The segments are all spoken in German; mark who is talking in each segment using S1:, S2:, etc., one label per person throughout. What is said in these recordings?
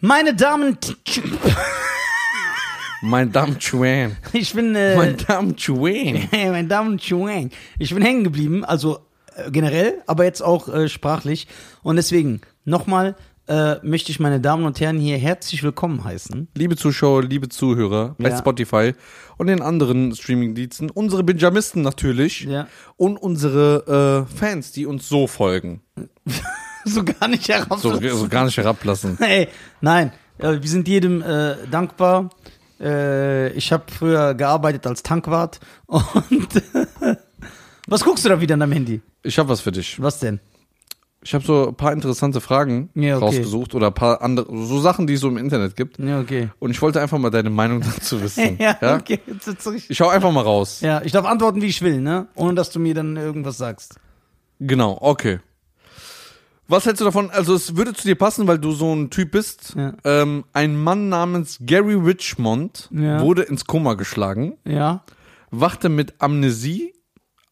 S1: Meine Damen,
S2: Mein Damm Chuan.
S1: ich bin äh,
S2: Mein Damm Chuan.
S1: Hey, meine Damen und Herren, ich bin hängen geblieben, also äh, generell, aber jetzt auch äh, sprachlich. Und deswegen nochmal äh, möchte ich meine Damen und Herren hier herzlich willkommen heißen.
S2: Liebe Zuschauer, liebe Zuhörer bei
S1: Ja.
S2: Spotify und den anderen Streamingdiensten, unsere Benjamisten natürlich
S1: Ja.
S2: und unsere äh, Fans, die uns so folgen.
S1: So gar nicht heraus.
S2: So, so gar nicht herablassen.
S1: Hey, nein, äh, wir sind jedem äh, dankbar. Äh, ich habe früher gearbeitet als Tankwart und was guckst du da wieder an deinem Handy?
S2: Ich habe was für dich.
S1: Was denn?
S2: Ich habe so ein paar interessante Fragen
S1: Ja, okay.
S2: rausgesucht oder ein paar andere, so Sachen, die es so im Internet gibt.
S1: Ja, okay.
S2: Und ich wollte einfach mal deine Meinung dazu wissen.
S1: Ja,
S2: ja?
S1: okay. Jetzt sitzt richtig.
S2: Ich hau einfach mal raus.
S1: Ja, ich darf antworten, wie ich will, ne? Ohne dass du mir dann irgendwas sagst.
S2: Genau, okay. Was hältst du davon? Also, es würde zu dir passen, weil du so ein Typ bist.
S1: Ja.
S2: Ähm, ein Mann namens Gary Richmond
S1: Ja.
S2: wurde ins Koma geschlagen,
S1: Ja.
S2: wachte mit Amnesie.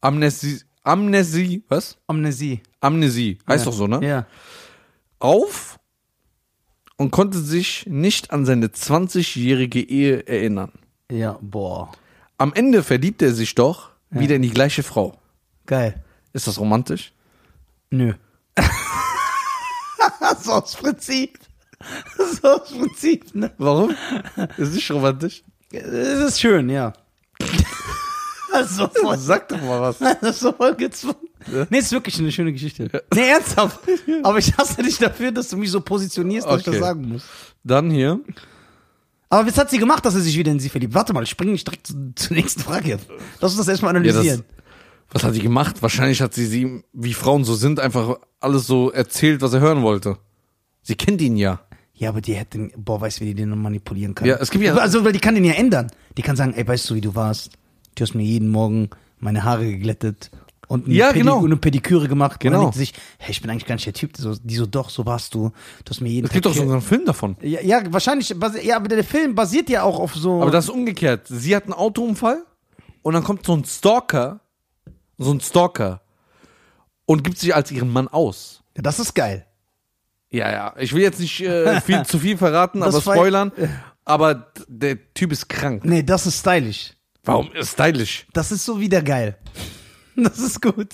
S2: Amnesie. Amnesie. Was?
S1: Amnesie.
S2: Amnesie. Heißt
S1: ja.
S2: doch so, ne?
S1: Ja.
S2: Auf und konnte sich nicht an seine 20-jährige Ehe erinnern.
S1: Ja, boah.
S2: Am Ende verliebte er sich doch wieder in die gleiche Frau.
S1: Geil.
S2: Ist das romantisch?
S1: Nö. so aus Prinzip. So aus Prinzip, ne?
S2: Warum? Ist nicht romantisch?
S1: Es ist schön, ja. so voll,
S2: Sag doch mal was.
S1: das ist so voll gezwungen. Nee, ist wirklich eine schöne Geschichte. Nee, ernsthaft. Aber ich hasse dich dafür, dass du mich so positionierst, dass ich
S2: Okay.
S1: das sagen muss.
S2: Dann hier.
S1: Aber was hat sie gemacht, dass er sich wieder in sie verliebt? Warte mal, ich springe nicht direkt zu, zur nächsten Frage jetzt. Lass uns das erstmal
S2: Ja, das,
S1: analysieren.
S2: was hat sie gemacht? Wahrscheinlich hat sie sie, wie Frauen so sind, einfach alles so erzählt, was er hören wollte. Sie kennt ihn ja.
S1: Ja, aber die hätte, boah, weißt du, wie die den noch manipulieren kann?
S2: Ja, es gibt ja-
S1: Also, weil die kann den ja ändern. Die kann sagen, ey, weißt du, wie du warst? Du hast mir jeden Morgen meine Haare geglättet und eine,
S2: Ja,
S1: Pedi-
S2: genau.
S1: und eine Pediküre gemacht. Und dann
S2: Genau.
S1: denkt sie sich, hey, ich bin eigentlich gar nicht der Typ, die so, die so doch, so warst du. Du hast mir jeden
S2: Es gibt doch
S1: Tag-
S2: so einen Film davon.
S1: ja, ja, wahrscheinlich, basi- ja, aber der Film basiert ja auch auf so.
S2: Aber das ist umgekehrt. Sie hat einen Autounfall und dann kommt so ein Stalker, so ein Stalker und gibt sich als ihren Mann aus.
S1: ja, das ist geil.
S2: Ja, ja. Ich will jetzt nicht äh, viel, zu viel verraten,
S1: Das
S2: aber
S1: war-
S2: spoilern. Aber d- der Typ ist krank.
S1: Nee, das ist stylisch.
S2: Warum? Stylisch.
S1: Das ist so wieder geil. Das ist gut.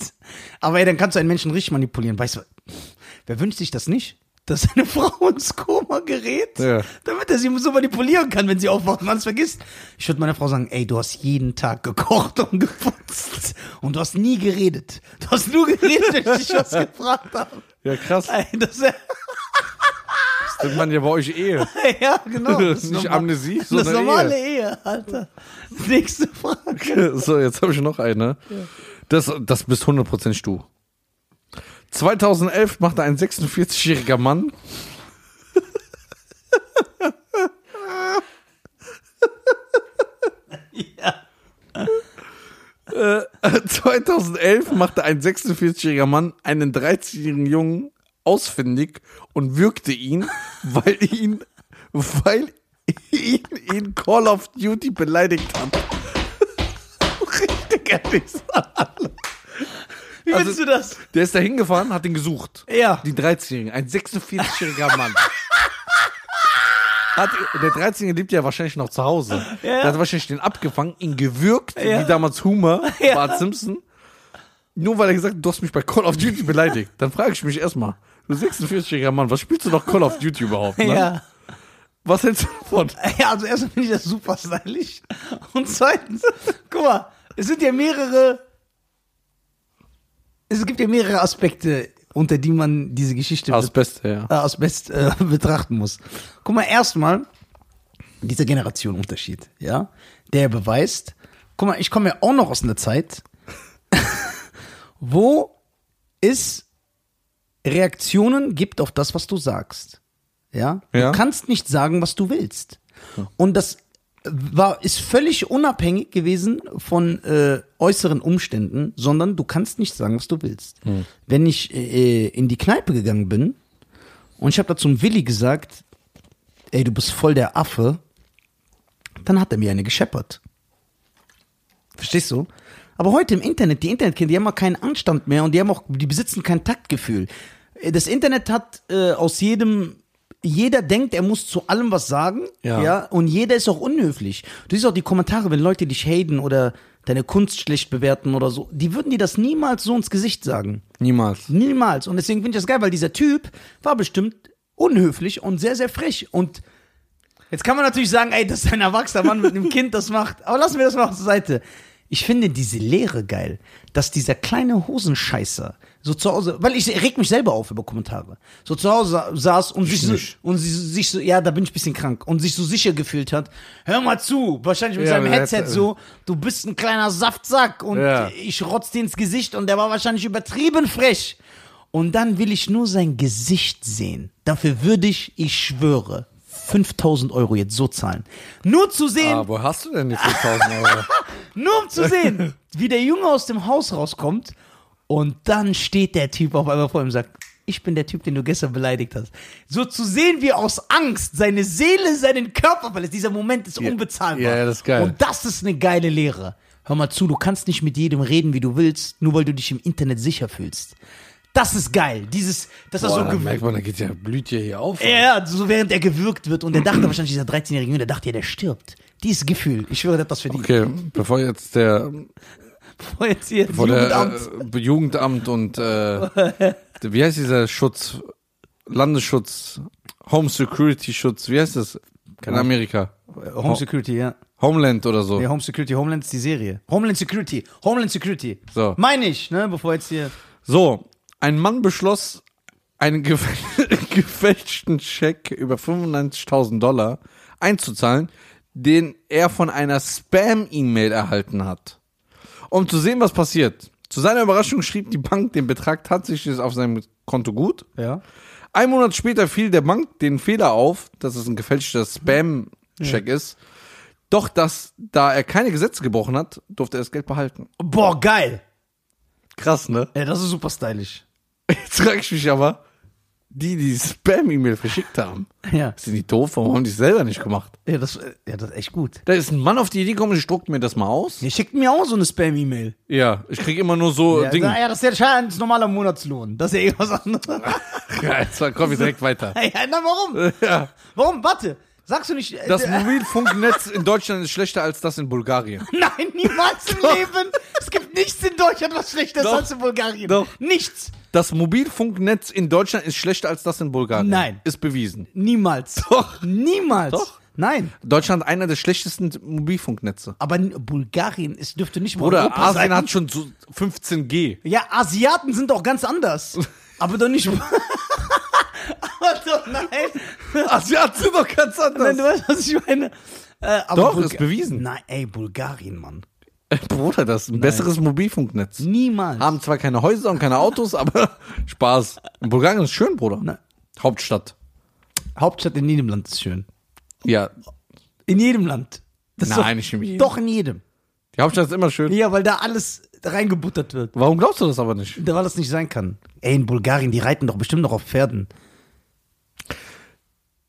S1: Aber ey, dann kannst du einen Menschen richtig manipulieren. Weißt du, wer wünscht sich das nicht? Dass seine Frau ins Koma gerät,
S2: Ja.
S1: damit er sie so manipulieren kann, wenn sie aufwacht und alles vergisst. Ich würde meiner Frau sagen, ey, du hast jeden Tag gekocht und geputzt und du hast nie geredet. Du hast nur geredet, wenn ich dich was gefragt habe.
S2: Ja, krass.
S1: Ey, das ist
S2: Das nennt man ja bei euch eh. Ehe.
S1: ja, genau.
S2: Das ist nicht Amnesie,
S1: Das ist
S2: sondern
S1: normale Ehe. Alter. Nächste Frage.
S2: So, jetzt habe ich noch eine. Das, das bist hundertprozentig du. 2011 machte ein 46-jähriger Mann. Äh, 2011 machte ein 46-jähriger Mann einen 13-jährigen Jungen ausfindig und würgte ihn, weil ihn, weil ihn in Call of Duty beleidigt hat.
S1: Richtig ehrlich. Wie
S2: Also-
S1: findest du das?
S2: Der ist da hingefahren, hat ihn gesucht.
S1: Ja.
S2: Die 13-Jährige, ein 46-jähriger Mann. Hat, der 13-Jährige lebt ja wahrscheinlich noch zu Hause. Der hat wahrscheinlich den abgefangen, ihn gewürgt,
S1: Ja.
S2: wie damals Humor,
S1: Ja.
S2: Bart Simpson. Nur weil er gesagt hat, du hast mich bei Call of Duty beleidigt. Dann frage ich mich erstmal, du 46-jähriger Mann, was spielst du noch Call of Duty überhaupt? Ne?
S1: Ja.
S2: Was hältst du davon?
S1: ja, also erstmal finde ich das super stylisch. Und zweitens, guck mal, es sind ja mehrere. Es gibt ja mehrere Aspekte, unter die man diese Geschichte
S2: Das Beste, ja.
S1: äh, aus Best äh, betrachten muss. Guck mal, erstmal dieser Generationenunterschied, ja, der beweist, guck mal, ich komme ja auch noch aus einer Zeit, wo es Reaktionen gibt auf das, was du sagst. Ja?
S2: Ja.
S1: Du kannst nicht sagen, was du willst. Und das war, ist völlig unabhängig gewesen von äh, äußeren Umständen, sondern du kannst nicht sagen, was du willst. Wenn ich äh, in die Kneipe gegangen bin und ich habe da zum Willi gesagt, ey, du bist voll der Affe, dann hat er mir eine gescheppert. Verstehst du? Aber heute im Internet, die Internetkinder, die haben auch keinen Anstand mehr und die haben auch, die besitzen kein Taktgefühl. Das Internet hat äh, aus jedem jeder denkt, er muss zu allem was sagen.
S2: Ja.
S1: Ja. Und jeder ist auch unhöflich. Du siehst auch die Kommentare, wenn Leute dich haten oder deine Kunst schlecht bewerten oder so. Die würden dir das niemals so ins Gesicht sagen.
S2: Niemals.
S1: Niemals. Und deswegen finde ich das geil, weil dieser Typ war bestimmt unhöflich und sehr, sehr frech. Und jetzt kann man natürlich sagen, ey, das ist ein erwachsener Mann mit einem Kind, das macht. Aber lassen wir das mal zur Seite. Ich finde diese Lehre geil, dass dieser kleine Hosenscheißer so zu Hause, weil ich reg mich selber auf über Kommentare, so zu Hause sa- saß und sich, so,
S2: nicht.
S1: und sie- sich so, ja, da bin ich ein bisschen krank und sich so sicher gefühlt hat. Hör mal zu, wahrscheinlich mit
S2: Ja,
S1: seinem
S2: mit
S1: Headset
S2: Headset.
S1: so, du bist ein kleiner Saftsack und
S2: Ja.
S1: ich rotz dir ins Gesicht und der war wahrscheinlich übertrieben frech. Und dann will ich nur sein Gesicht sehen. Dafür würde ich, ich schwöre, 5000 Euro jetzt so zahlen. Nur zu sehen,
S2: Ah, wo hast du denn die 5000 Euro?
S1: nur um zu sehen, wie der Junge aus dem Haus rauskommt. Und dann steht der Typ auf einmal vor ihm und sagt, ich bin der Typ, den du gestern beleidigt hast. So zu sehen, wie aus Angst seine Seele seinen Körper verlässt. Dieser Moment ist unbezahlbar.
S2: ja, das ist geil.
S1: Und das ist eine geile Lehre. Hör mal zu, du kannst nicht mit jedem reden, wie du willst, nur weil du dich im Internet sicher fühlst. Das ist geil. Dieses, dass er so
S2: Boah, da
S1: gewöhnt
S2: merkt man, da geht ja, blüht ja hier auf.
S1: ja, ja, so während er gewürgt wird und der dachte wahrscheinlich, dieser 13-jährige Junge, der dachte ja, der stirbt. Dieses Gefühl, ich schwöre, der hat das verdient.
S2: Okay, bevor jetzt der,
S1: Bevor jetzt hier
S2: bevor
S1: Jugendamt.
S2: der äh, Jugendamt und äh, wie heißt dieser Schutz, Landesschutz, Home Security Schutz, wie heißt das in Amerika?
S1: Home Security, ja.
S2: Homeland oder so.
S1: Nee, Home Security, Homeland ist die Serie. Homeland Security, Homeland Security.
S2: So.
S1: Meine ich, ne, bevor jetzt hier.
S2: So, ein Mann beschloss, einen gef gefälschten Scheck über 95.000 Dollar einzuzahlen, den er von einer Spam-E-Mail erhalten hat. Um zu sehen, was passiert. Zu seiner Überraschung schrieb die Bank den Betrag tatsächlich auf seinem Konto gut.
S1: Ja.
S2: Ein Monat später fiel der Bank den Fehler auf, dass es ein gefälschter Spam-Check ist. Doch dass, da er keine Gesetze gebrochen hat, durfte er das Geld behalten.
S1: Boah, geil.
S2: Krass, ne?
S1: Ja, das ist super stylisch.
S2: Jetzt frage ich mich aber, die, die Spam-E-Mail verschickt haben,
S1: Ja.
S2: sind die doof, warum haben die es selber nicht gemacht?
S1: Ja, das, äh, ja, das ist echt gut.
S2: Da ist ein Mann auf die Idee gekommen, ich druck mir das mal aus.
S1: Ihr schickt mir auch so eine Spam-E-Mail.
S2: Ja, ich krieg immer nur so
S1: Ja,
S2: Dinge.
S1: na, ja, das ist ja scheinbar ein normaler Monatslohn. Das ist ja eh was anderes.
S2: Ja, jetzt kommen wir direkt weiter.
S1: ja, na, warum?
S2: Ja.
S1: Warum? Warte. Sagst du nicht. äh,
S2: Das
S1: äh,
S2: Mobilfunknetz in Deutschland ist schlechter als das in Bulgarien.
S1: Nein, niemals im Leben. Es gibt nichts in Deutschland, was schlechter ist
S2: Doch.
S1: als in Bulgarien.
S2: Doch.
S1: Nichts.
S2: Das Mobilfunknetz in Deutschland ist schlechter als das in Bulgarien.
S1: Nein.
S2: Ist bewiesen.
S1: Niemals.
S2: Doch.
S1: Niemals.
S2: Doch.
S1: Nein.
S2: Deutschland einer der schlechtesten Mobilfunknetze.
S1: Aber n- Bulgarien, es dürfte nicht mal
S2: Oder
S1: Europa
S2: Asien
S1: sein.
S2: hat schon so 15G.
S1: ja, Asiaten sind doch ganz anders. Aber doch nicht. Aber doch, nein.
S2: Asiaten sind doch ganz
S1: nein. Du
S2: anders.
S1: weißt, was ich meine. Äh, aber
S2: Doch,
S1: Bulga-
S2: ist bewiesen.
S1: Nein, ey, Bulgarien, Mann.
S2: Äh, Bruder, das ist ein besseres Mobilfunknetz.
S1: Niemals.
S2: Haben zwar keine Häuser und keine Autos, aber Spaß. Und Bulgarien ist schön, Bruder.
S1: Na.
S2: Hauptstadt.
S1: Hauptstadt in jedem Land ist schön.
S2: Ja.
S1: In jedem Land. Das ist
S2: Nein,
S1: doch,
S2: nicht in jedem.
S1: Doch, in jedem.
S2: Die Hauptstadt ist immer schön.
S1: Ja, weil da alles reingebuttert wird.
S2: Warum glaubst du das aber nicht?
S1: Da, Weil das nicht sein kann. Ey, in Bulgarien, die reiten doch bestimmt noch auf Pferden.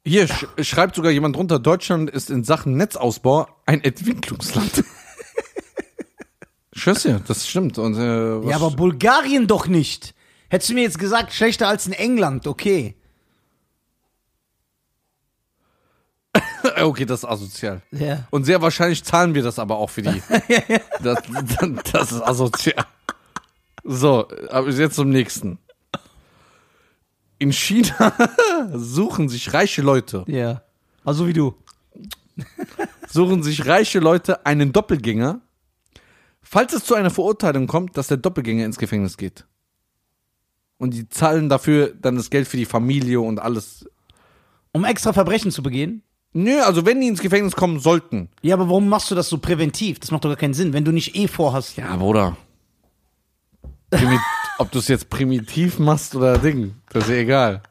S2: Hier sch schreibt sogar jemand drunter, Deutschland ist in Sachen Netzausbau ein Entwicklungsland. Schöss dir, das stimmt. Und, äh, was-
S1: Ja, aber Bulgarien doch nicht. Hättest du mir jetzt gesagt, schlechter als in England, okay.
S2: okay, das ist asozial.
S1: Ja.
S2: Und sehr wahrscheinlich zahlen wir das aber auch für die. das, das ist asozial. So, aber jetzt zum nächsten. In China suchen sich reiche Leute,
S1: Ja. Also wie du.
S2: suchen sich reiche Leute einen Doppelgänger, falls es zu einer Verurteilung kommt, dass der Doppelgänger ins Gefängnis geht. Und die zahlen dafür dann das Geld für die Familie und alles.
S1: Um extra Verbrechen zu begehen?
S2: Nö, also wenn die ins Gefängnis kommen sollten.
S1: Ja, aber warum machst du das so präventiv? Das macht doch gar keinen Sinn, wenn du nicht eh vorhast.
S2: Ja, Bruder. Primi Ob du es jetzt primitiv machst oder Ding, das ist ja egal.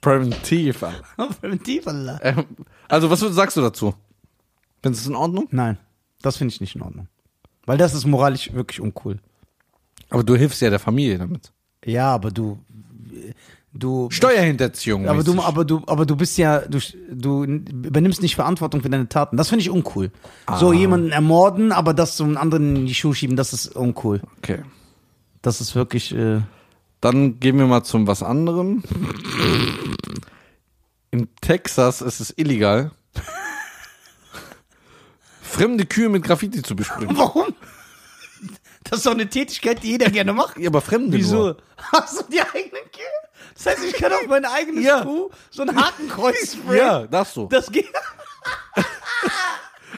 S2: Primitiv. Alter.
S1: präventiv, Allah.
S2: Ähm, also, was sagst du dazu? Findest du es in Ordnung?
S1: Nein, das finde ich nicht in Ordnung. Weil das ist moralisch wirklich uncool.
S2: Aber du hilfst ja der Familie damit.
S1: Ja, aber du. Du.
S2: Steuerhinterziehung.
S1: aber du,
S2: mäßig.
S1: aber du, aber du bist ja, du, du übernimmst nicht Verantwortung für deine Taten. Das finde ich uncool. So jemanden ermorden, aber das so einen anderen in die Schuhe schieben, das ist uncool.
S2: Okay.
S1: Das ist wirklich. Äh,
S2: Dann gehen wir mal zum was anderem. In Texas ist es illegal, fremde Kühe mit Graffiti zu besprühen.
S1: Warum? Das ist doch eine Tätigkeit, die jeder gerne macht.
S2: Ja, aber fremde
S1: Wieso?
S2: Nur.
S1: Hast du die eigenen Kühe? Das heißt, ich kann auf mein eigenes
S2: Ja.
S1: Kuh so ein Hakenkreuz sprayen.
S2: Ja, darfst du.
S1: Das geht.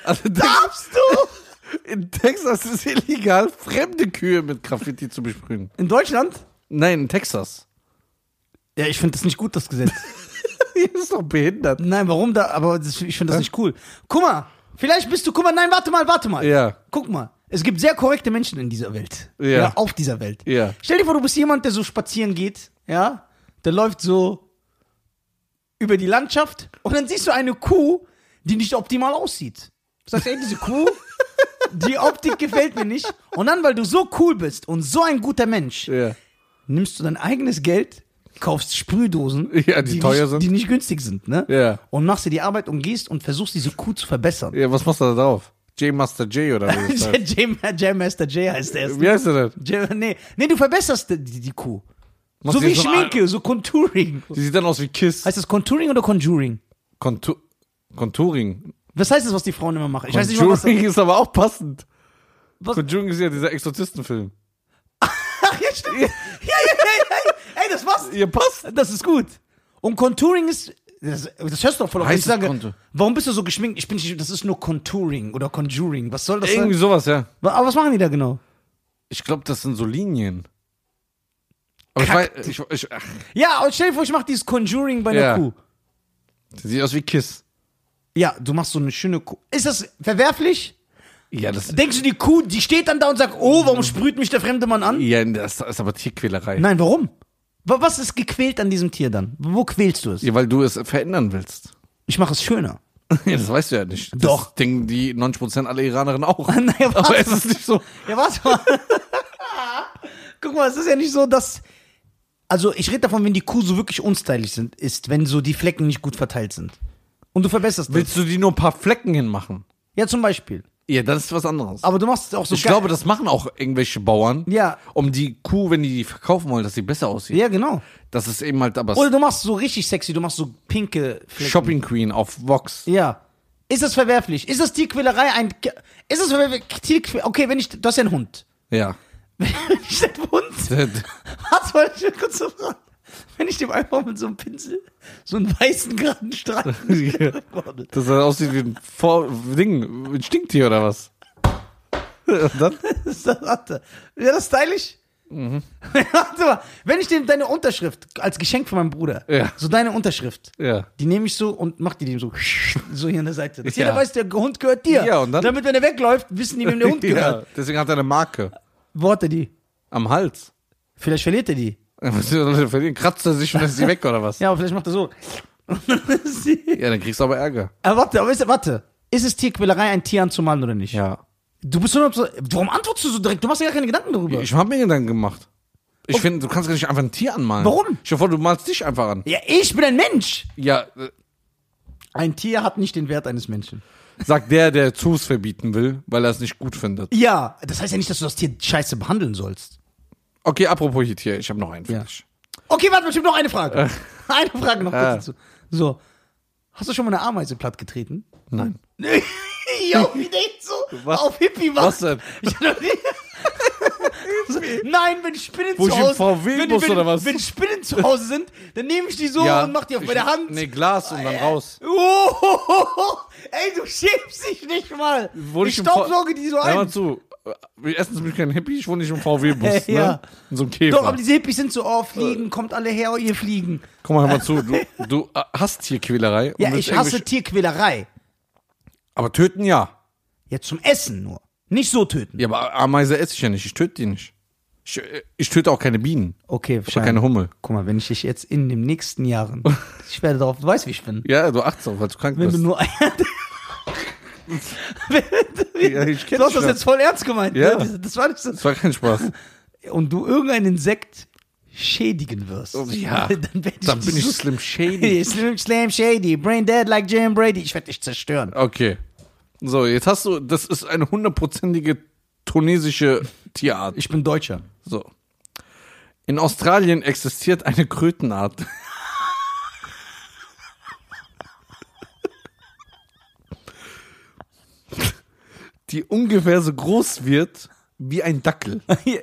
S2: Also in Tex-
S1: Darfst du?
S2: in Texas ist es illegal, fremde Kühe mit Graffiti zu besprühen.
S1: In Deutschland?
S2: Nein, in Texas.
S1: Ja, ich finde das nicht gut, das Gesetz.
S2: Ihr ist doch behindert.
S1: Nein, warum da? Aber das, ich finde das nicht cool. Guck mal, vielleicht bist du. Guck mal, nein, warte mal, warte mal.
S2: Ja.
S1: Guck mal, es gibt sehr korrekte Menschen in dieser Welt.
S2: Ja.
S1: auf dieser Welt.
S2: Ja.
S1: Stell dir vor, du bist jemand, der so spazieren geht, ja, der läuft so über die Landschaft und dann siehst du eine Kuh, die nicht optimal aussieht. Du sagst, ey, diese Kuh, die Optik gefällt mir nicht. Und dann, weil du so cool bist und so ein guter Mensch,
S2: Ja.
S1: nimmst du dein eigenes Geld, kaufst Sprühdosen,
S2: Ja, die teuer
S1: nicht,
S2: sind.
S1: die nicht günstig sind, ne?
S2: Ja.
S1: Und machst dir die Arbeit und gehst und versuchst diese Kuh zu verbessern.
S2: Ja, was machst du da drauf? J Master J oder wie das heißt?
S1: Jam Jam Master J heißt der.
S2: Wie heißt der denn?
S1: Jam, nee, nee, du verbesserst die, die Kuh.
S2: Machst
S1: so
S2: du
S1: wie
S2: so ein
S1: Schminke, so Contouring.
S2: Die sieht dann aus wie Kiss.
S1: Heißt das Contouring oder Conjuring?
S2: Kontu Contouring.
S1: Was heißt das, was die Frauen immer machen? Ich weiß nicht mal, was das
S2: Conjuring ist aber auch passend.
S1: Was-
S2: Conjuring ist ja dieser Exorzistenfilm.
S1: Ach, ja, stimmt. Ja, ja, ja, ja, ja. Ey, das war's.
S2: Ihr passt.
S1: Das ist gut. Und Contouring ist. Das, das hörst du doch voll oft.
S2: Heißt
S1: Ich sage,
S2: es Konto?
S1: warum bist du so geschminkt? Ich bin nicht, das ist nur Contouring oder Conjuring. Was soll das
S2: Irgendwie
S1: sein?
S2: sowas, ja.
S1: Wa- Aber was machen die da genau?
S2: Ich glaube, das sind so Linien. Aber ich
S1: Kack.
S2: weiß, ich, ich, ach,
S1: Ja, und stell dir vor, ich mache dieses Conjuring bei einer
S2: Ja.
S1: Kuh.
S2: das sieht aus wie Kiss.
S1: Ja, du machst so eine schöne Kuh. Ist das verwerflich?
S2: Ja, das,
S1: Denkst du, die Kuh, die steht dann da und sagt, oh, warum sprüht mich der fremde Mann an?
S2: ja, das ist aber Tierquälerei.
S1: Nein, warum? Wa- Was ist gequält an diesem Tier dann? Wo quälst du es?
S2: Ja, weil du es verändern willst.
S1: Ich mache es schöner.
S2: Ja, das weißt du ja nicht.
S1: Doch.
S2: Das denken die 90% aller Iranerinnen auch.
S1: Nein, was?
S2: aber es ist nicht so.
S1: Ja, warte mal. Guck mal, es ist ja nicht so, dass. Also, ich rede davon, wenn die Kuh so wirklich unstylisch sind, ist, wenn so die Flecken nicht gut verteilt sind. Und du verbesserst das.
S2: Willst du die nur ein paar Flecken hinmachen?
S1: Ja, zum Beispiel.
S2: Ja, das ist was anderes.
S1: Aber du machst es auch so
S2: ich
S1: geil-
S2: glaube, das machen auch irgendwelche Bauern.
S1: Ja.
S2: Um die Kuh, wenn die die verkaufen wollen, dass sie besser aussieht.
S1: Ja, genau.
S2: Das ist eben halt aber
S1: Oder du machst so richtig sexy, du machst so pinke Flecken.
S2: Shopping Queen auf Vox.
S1: Ja. Ist das verwerflich? Ist das Tierquälerei ein. Ist das verwerflich? Tierquä- Okay, wenn ich. Du hast ja einen Hund.
S2: Ja.
S1: Wenn ich den Hund Was wollte ich kurz so fragen? Wenn ich dem einfach mit so einem Pinsel so einen weißen geraden Streifen
S2: Ja. Das sah aussieht wie ein Vor Ding, ein Stinktier oder was? Und dann?
S1: ist das, warte. Wäre das stylisch?
S2: Mhm.
S1: warte mal. Wenn ich dem deine Unterschrift als Geschenk von meinem Bruder,
S2: Ja.
S1: so deine Unterschrift,
S2: Ja.
S1: die nehme ich so und mach die dem so, so hier an der Seite. Dass
S2: Ja.
S1: jeder weiß, der Hund gehört dir.
S2: Ja, und dann?
S1: Damit, wenn er wegläuft, wissen die, wem der Hund gehört.
S2: Ja, deswegen hat er eine Marke.
S1: Wo hat er die?
S2: Am Hals.
S1: Vielleicht verliert er die.
S2: Was soll er verlieren? Kratzt er sich und ist sie weg oder was?
S1: Ja, aber vielleicht macht er so. Und dann ist sie.
S2: Ja, dann kriegst du aber Ärger.
S1: Aber warte, aber ist, warte. Ist es Tierquälerei, ein Tier anzumalen oder nicht?
S2: Ja.
S1: Du bist 100%. Warum antwortest du so direkt? Du machst ja gar keine Gedanken darüber.
S2: Ich habe mir Gedanken gemacht. Ich finde, du kannst gar nicht einfach ein Tier anmalen.
S1: Oh. Warum?
S2: Ich vor, du malst dich einfach an.
S1: ja, ich bin ein Mensch.
S2: Ja, äh,
S1: Ein Tier hat nicht den Wert eines Menschen.
S2: sagt der, der Zoos verbieten will, weil er es nicht gut findet.
S1: Ja, das heißt ja nicht, dass du das Tier scheiße behandeln sollst.
S2: Okay, apropos hier Tier, ich habe noch einen für dich.
S1: Okay, warte, mal, ich habe noch eine
S2: Äh.
S1: Frage. Eine Frage noch kurz
S2: Ah.
S1: dazu. So. Hast du schon mal eine Ameise plattgetreten?
S2: Nein.
S1: Jo, wie der jetzt so
S2: Was?
S1: auf Hippie war.
S2: Was denn?
S1: Ich hab noch nie- So, Nein, wenn Spinnen
S2: Wo
S1: zu
S2: ich im
S1: Hause
S2: VW
S1: wenn,
S2: muss
S1: wenn,
S2: oder was?
S1: wenn Spinnen zu Hause sind, dann nehme ich die so und mach die auf
S2: ich-
S1: meine Hand. Äh,
S2: Nee, Glas und dann raus.
S1: Oh, ey, du schämst dich nicht mal.
S2: Wohne
S1: ich
S2: im V-
S1: staubsauge die so
S2: Hör mal
S1: ein.
S2: zu. äh, Erstens bin ich kein Hippie, ich wohne nicht im VW-Bus.
S1: Ja.
S2: ne? In so einem Käfer.
S1: Doch, aber diese Hippies sind so, oh,
S2: Äh.
S1: Fliegen, kommt alle her, oh, ihr Fliegen.
S2: Guck mal, hör mal zu. Du, du äh, hast Tierquälerei. und
S1: Ja,
S2: willst
S1: ich hasse
S2: irgendwelche-
S1: Tierquälerei.
S2: Aber töten ja.
S1: Ja, zum Essen nur. Nicht so töten.
S2: Ja, aber Ameise esse ich ja nicht. Ich töte die nicht. Ich, äh, ich töte auch keine Bienen.
S1: Okay,
S2: Oder keine Hummel.
S1: Guck mal, wenn ich dich jetzt in den nächsten Jahren, ich werde darauf, du weißt, wie ich bin.
S2: Ja, du achtest auch, weil du krank
S1: Wenn du
S2: bist.
S1: nur
S2: Ja, ich kenn
S1: Du hast das
S2: dich noch.
S1: jetzt voll ernst gemeint.
S2: Ja.
S1: Ne? Das war nicht so.
S2: Das war kein Spaß.
S1: Und du irgendein Insekt schädigen wirst.
S2: Oh, Ja.
S1: Dann, werd ich
S2: Dann
S1: dich
S2: bin ich
S1: so-
S2: Slim Shady.
S1: Shady. Slim, Slim Shady, Brain Dead like Jim Brady. Ich werde dich zerstören.
S2: Okay. So, jetzt hast du, das ist eine hundertprozentige tunesische Tierart.
S1: Ich bin Deutscher.
S2: So. In Australien existiert eine Krötenart. die ungefähr so groß wird wie ein Dackel
S1: Hä?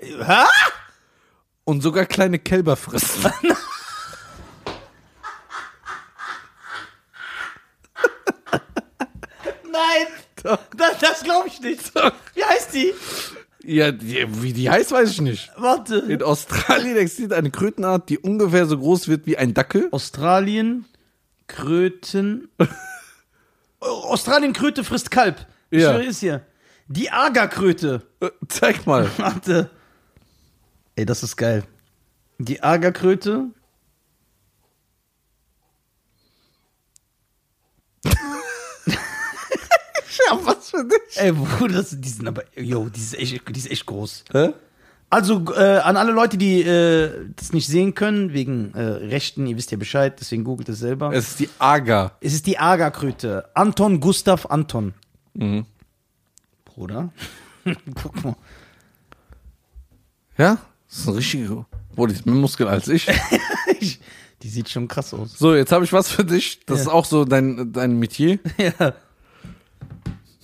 S2: und sogar kleine Kälber fressen.
S1: Nein! Das, das glaube ich nicht. Wie heißt die?
S2: ja, die, wie die heißt, weiß ich nicht.
S1: Warte.
S2: In Australien existiert eine Krötenart, die ungefähr so groß wird wie ein Dackel.
S1: Australien, Kröten. Oh, Australien, Kröte frisst Kalb. Ich
S2: Ja.
S1: höre es hier. Die Agerkröte.
S2: Äh, Zeig mal.
S1: Warte. Ey, das ist geil. Die Agerkröte.
S2: Ja, was für dich.
S1: Ey, Bruder, das, die sind aber. Yo, die ist echt, die ist echt groß.
S2: Hä?
S1: Also äh, an alle Leute, die äh, das nicht sehen können, wegen äh, Rechten, ihr wisst ja Bescheid, deswegen googelt es selber.
S2: Es ist die Ager.
S1: Es ist die Agerkröte. Anton Gustav Anton. Mhm. Bruder. Guck mal.
S2: Ja? Das ist ein richtiger. Boah, die ist mehr Muskel als ich.
S1: Ich, die sieht schon krass aus.
S2: So, jetzt habe ich was für dich. Das
S1: Ja.
S2: ist auch so dein, dein Metier.
S1: Ja.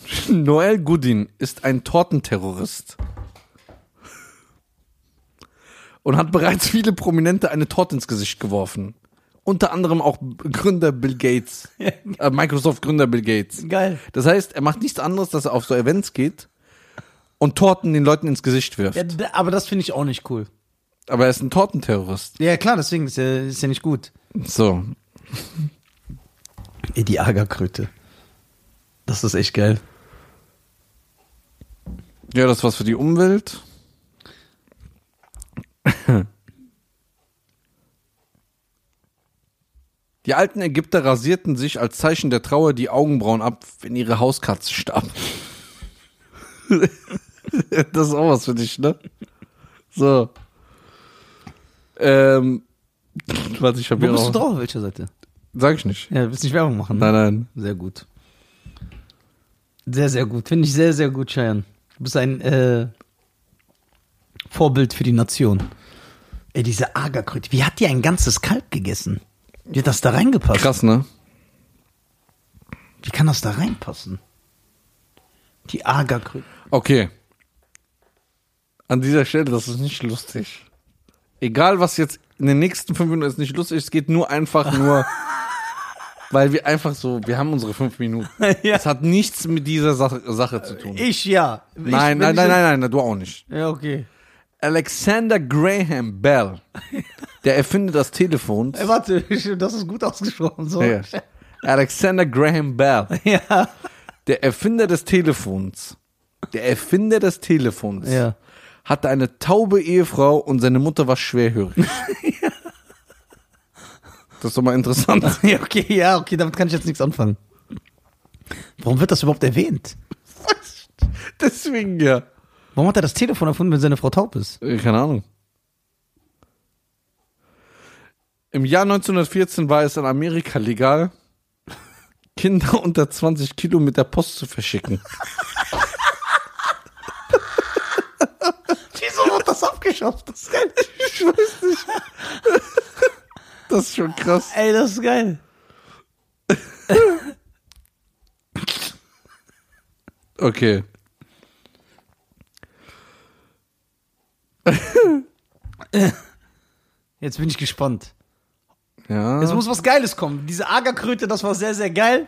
S2: Noel Goodin ist ein Tortenterrorist. Und hat bereits viele Prominente eine Torte ins Gesicht geworfen. Unter anderem auch Gründer Bill Gates. Äh, Microsoft-Gründer Bill Gates.
S1: Geil.
S2: Das heißt, er macht nichts anderes, dass er auf so Events geht und Torten den Leuten ins Gesicht wirft.
S1: Ja, d- aber das finde ich auch nicht cool.
S2: Aber er ist ein Tortenterrorist.
S1: Ja, klar, deswegen ist ja, ist ja nicht gut.
S2: So.
S1: Ey, die Agerkröte. Das ist echt geil.
S2: Ja, das ist was für die Umwelt. Die alten Ägypter rasierten sich als Zeichen der Trauer die Augenbrauen ab, wenn ihre Hauskatze starb. das ist auch was für dich, ne? So. Ähm. Warte, ich hab
S1: Wo
S2: hier
S1: bist du
S2: noch.
S1: drauf? Auf welcher Seite?
S2: Sag ich nicht.
S1: Ja, willst nicht Werbung machen?
S2: Nein, nein.
S1: Sehr gut. Sehr, sehr gut. Finde ich sehr, sehr gut, Cheyenne. Du bist ein äh, Vorbild für die Nation. Ey, diese Agerkröte. Wie hat die ein ganzes Kalb gegessen? Wie hat das da reingepasst?
S2: Krass, ne?
S1: Wie kann das da reinpassen? Die Agerkröte.
S2: Okay. An dieser Stelle, das ist nicht lustig. Egal, was jetzt in den nächsten fünf Minuten ist, nicht lustig. Es geht nur einfach nur, weil wir einfach so, wir haben unsere fünf Minuten.
S1: Ja.
S2: Es hat nichts mit dieser Sache, Sache zu tun.
S1: Ich ja. Ich, wenn
S2: nein, nein,
S1: ich-
S2: nein, nein, nein, du auch nicht.
S1: Ja, okay.
S2: Alexander Graham Bell, der Erfinder des Telefons.
S1: Ey, warte, das ist gut ausgesprochen. So.
S2: Ja. Alexander Graham Bell,
S1: ja.
S2: der Erfinder des Telefons. Der Erfinder des Telefons.
S1: Ja.
S2: hatte eine taube Ehefrau und seine Mutter war schwerhörig. Das ist doch mal interessant.
S1: Ja, okay, ja, okay, damit kann ich jetzt nichts anfangen. Warum wird das überhaupt erwähnt?
S2: Deswegen ja.
S1: Warum hat er das Telefon erfunden, wenn seine Frau taub ist?
S2: Äh, Keine Ahnung. Im Jahr 1914 war es in Amerika legal, Kinder unter 20 Kilo mit der Post zu verschicken.
S1: Wieso wird das abgeschafft? Das ist geil.
S2: Das ist schon krass.
S1: Ey, das ist geil.
S2: Okay.
S1: Jetzt bin ich gespannt.
S2: Ja.
S1: Jetzt muss was Geiles kommen. Diese Agerkröte, das war sehr, sehr geil.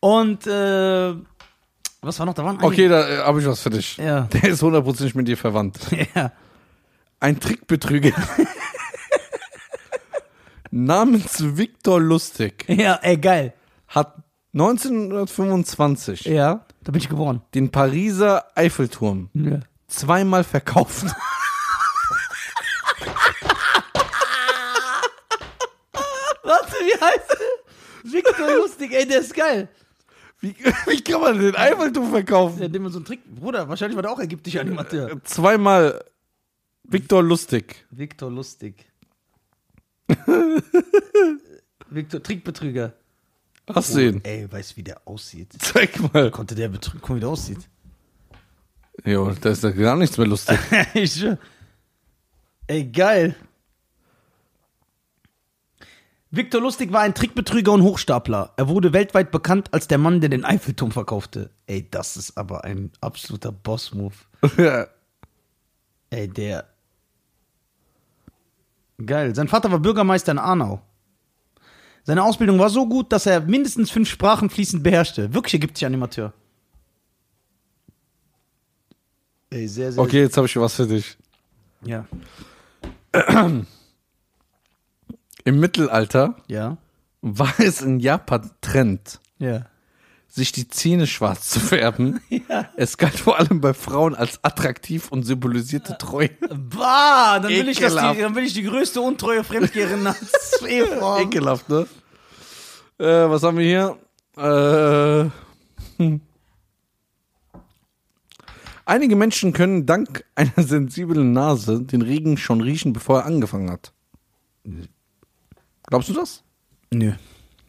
S1: Und, äh, was war noch? Da waren
S2: Okay, da habe ich was für dich.
S1: Ja.
S2: Der ist hundertprozentig mit dir verwandt.
S1: einige. Ja.
S2: Ein Trickbetrüger namens Viktor Lustig
S1: ja, ey, geil.
S2: hat 1925
S1: Ja. Da bin ich geboren.
S2: den Pariser Eiffelturm
S1: Ja.
S2: zweimal verkauft.
S1: Warte, wie heißt der? Victor Lustig, ey, der ist geil.
S2: Wie, wie kann man den Eiffelturm verkaufen?
S1: Der hat immer so einen Trick. Bruder, wahrscheinlich war der auch ägyptischer Animateur.
S2: Zweimal Viktor Lustig.
S1: Victor Lustig. Victor, Trickbetrüger.
S2: Hast du ihn?
S1: Ey, weißt du, wie der aussieht?
S2: Zeig mal.
S1: Konnte der betrügen, guck mal, wie der aussieht.
S2: Jo, da ist ja gar nichts mehr lustig.
S1: ich schwör. Ey, geil. Victor Lustig war ein Trickbetrüger und Hochstapler. Er wurde weltweit bekannt als der Mann, der den Eiffelturm verkaufte. Ey, das ist aber ein absoluter Boss-Move.
S2: Ja.
S1: Ey, der. Geil. Sein Vater war Bürgermeister in Arnau. Seine Ausbildung war so gut, dass er mindestens fünf Sprachen fließend beherrschte. Wirklich ergibt sich Animateur. Ey, sehr, sehr.
S2: Okay, jetzt habe ich was für dich.
S1: Ja.
S2: Im Mittelalter
S1: Ja.
S2: war es in Japan Trend,
S1: Ja.
S2: sich die Zähne schwarz zu färben.
S1: Ja.
S2: Es galt vor allem bei Frauen als attraktiv und symbolisierte Treue.
S1: Bah, dann will, ich, dass die,
S2: Ekelhaft.
S1: dann will ich die größte untreue Fremdgeherin als Eheform.
S2: Ekelhaft, ne? Äh, was haben wir hier? Äh, hm. einige Menschen können dank einer sensiblen Nase den Regen schon riechen, bevor er angefangen hat. Glaubst du das?
S1: Nö.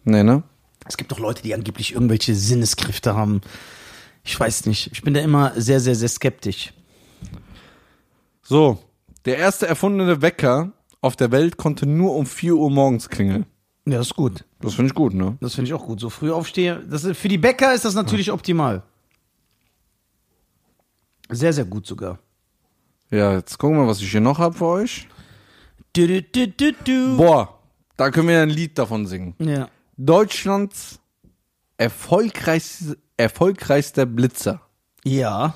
S2: Nee, ne?
S1: Es gibt doch Leute, die angeblich irgendwelche Sinneskräfte haben. Ich weiß nicht. Ich bin da immer sehr, sehr, sehr skeptisch.
S2: So, der erste erfundene Wecker auf der Welt konnte nur um 4 Uhr morgens klingeln.
S1: Ja, ist gut.
S2: Das finde ich gut, ne?
S1: Das finde ich auch gut. So früh aufstehe. Das ist, für die Bäcker ist das natürlich optimal. Sehr, sehr gut sogar.
S2: Ja, jetzt gucken wir, was ich hier noch habe für euch.
S1: Du, du, du, du, du.
S2: Boah, da können wir ein Lied davon singen.
S1: Ja.
S2: Deutschlands erfolgreichste, erfolgreichster Blitzer
S1: Ja.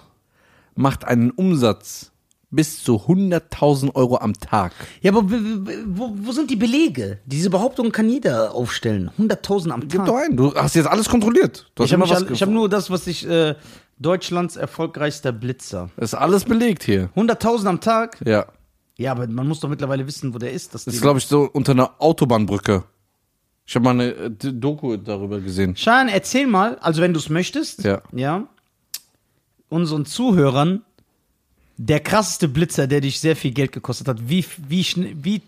S2: macht einen Umsatz bis zu 100.000 Euro am Tag.
S1: Ja, aber w- w- wo, wo sind die Belege? Diese Behauptung kann jeder aufstellen. 100.000 am
S2: Gib
S1: Tag.
S2: doch ein, du hast jetzt alles kontrolliert. Du hast
S1: Ich habe
S2: immer was
S1: hab nur das, was ich äh, Deutschlands erfolgreichster Blitzer.
S2: gef- Ist alles belegt hier.
S1: 100.000 am Tag?
S2: Ja.
S1: Ja, aber man muss doch mittlerweile wissen, wo der ist. Das
S2: Ist,
S1: Ding.
S2: glaube ich, so unter einer Autobahnbrücke. Ich habe mal eine äh, D- Doku darüber gesehen.
S1: Shan, erzähl mal, also wenn du es möchtest,
S2: Ja.
S1: ja, unseren Zuhörern der krasseste Blitzer, der dich sehr viel Geld gekostet hat. Wie, wie, schn- wie,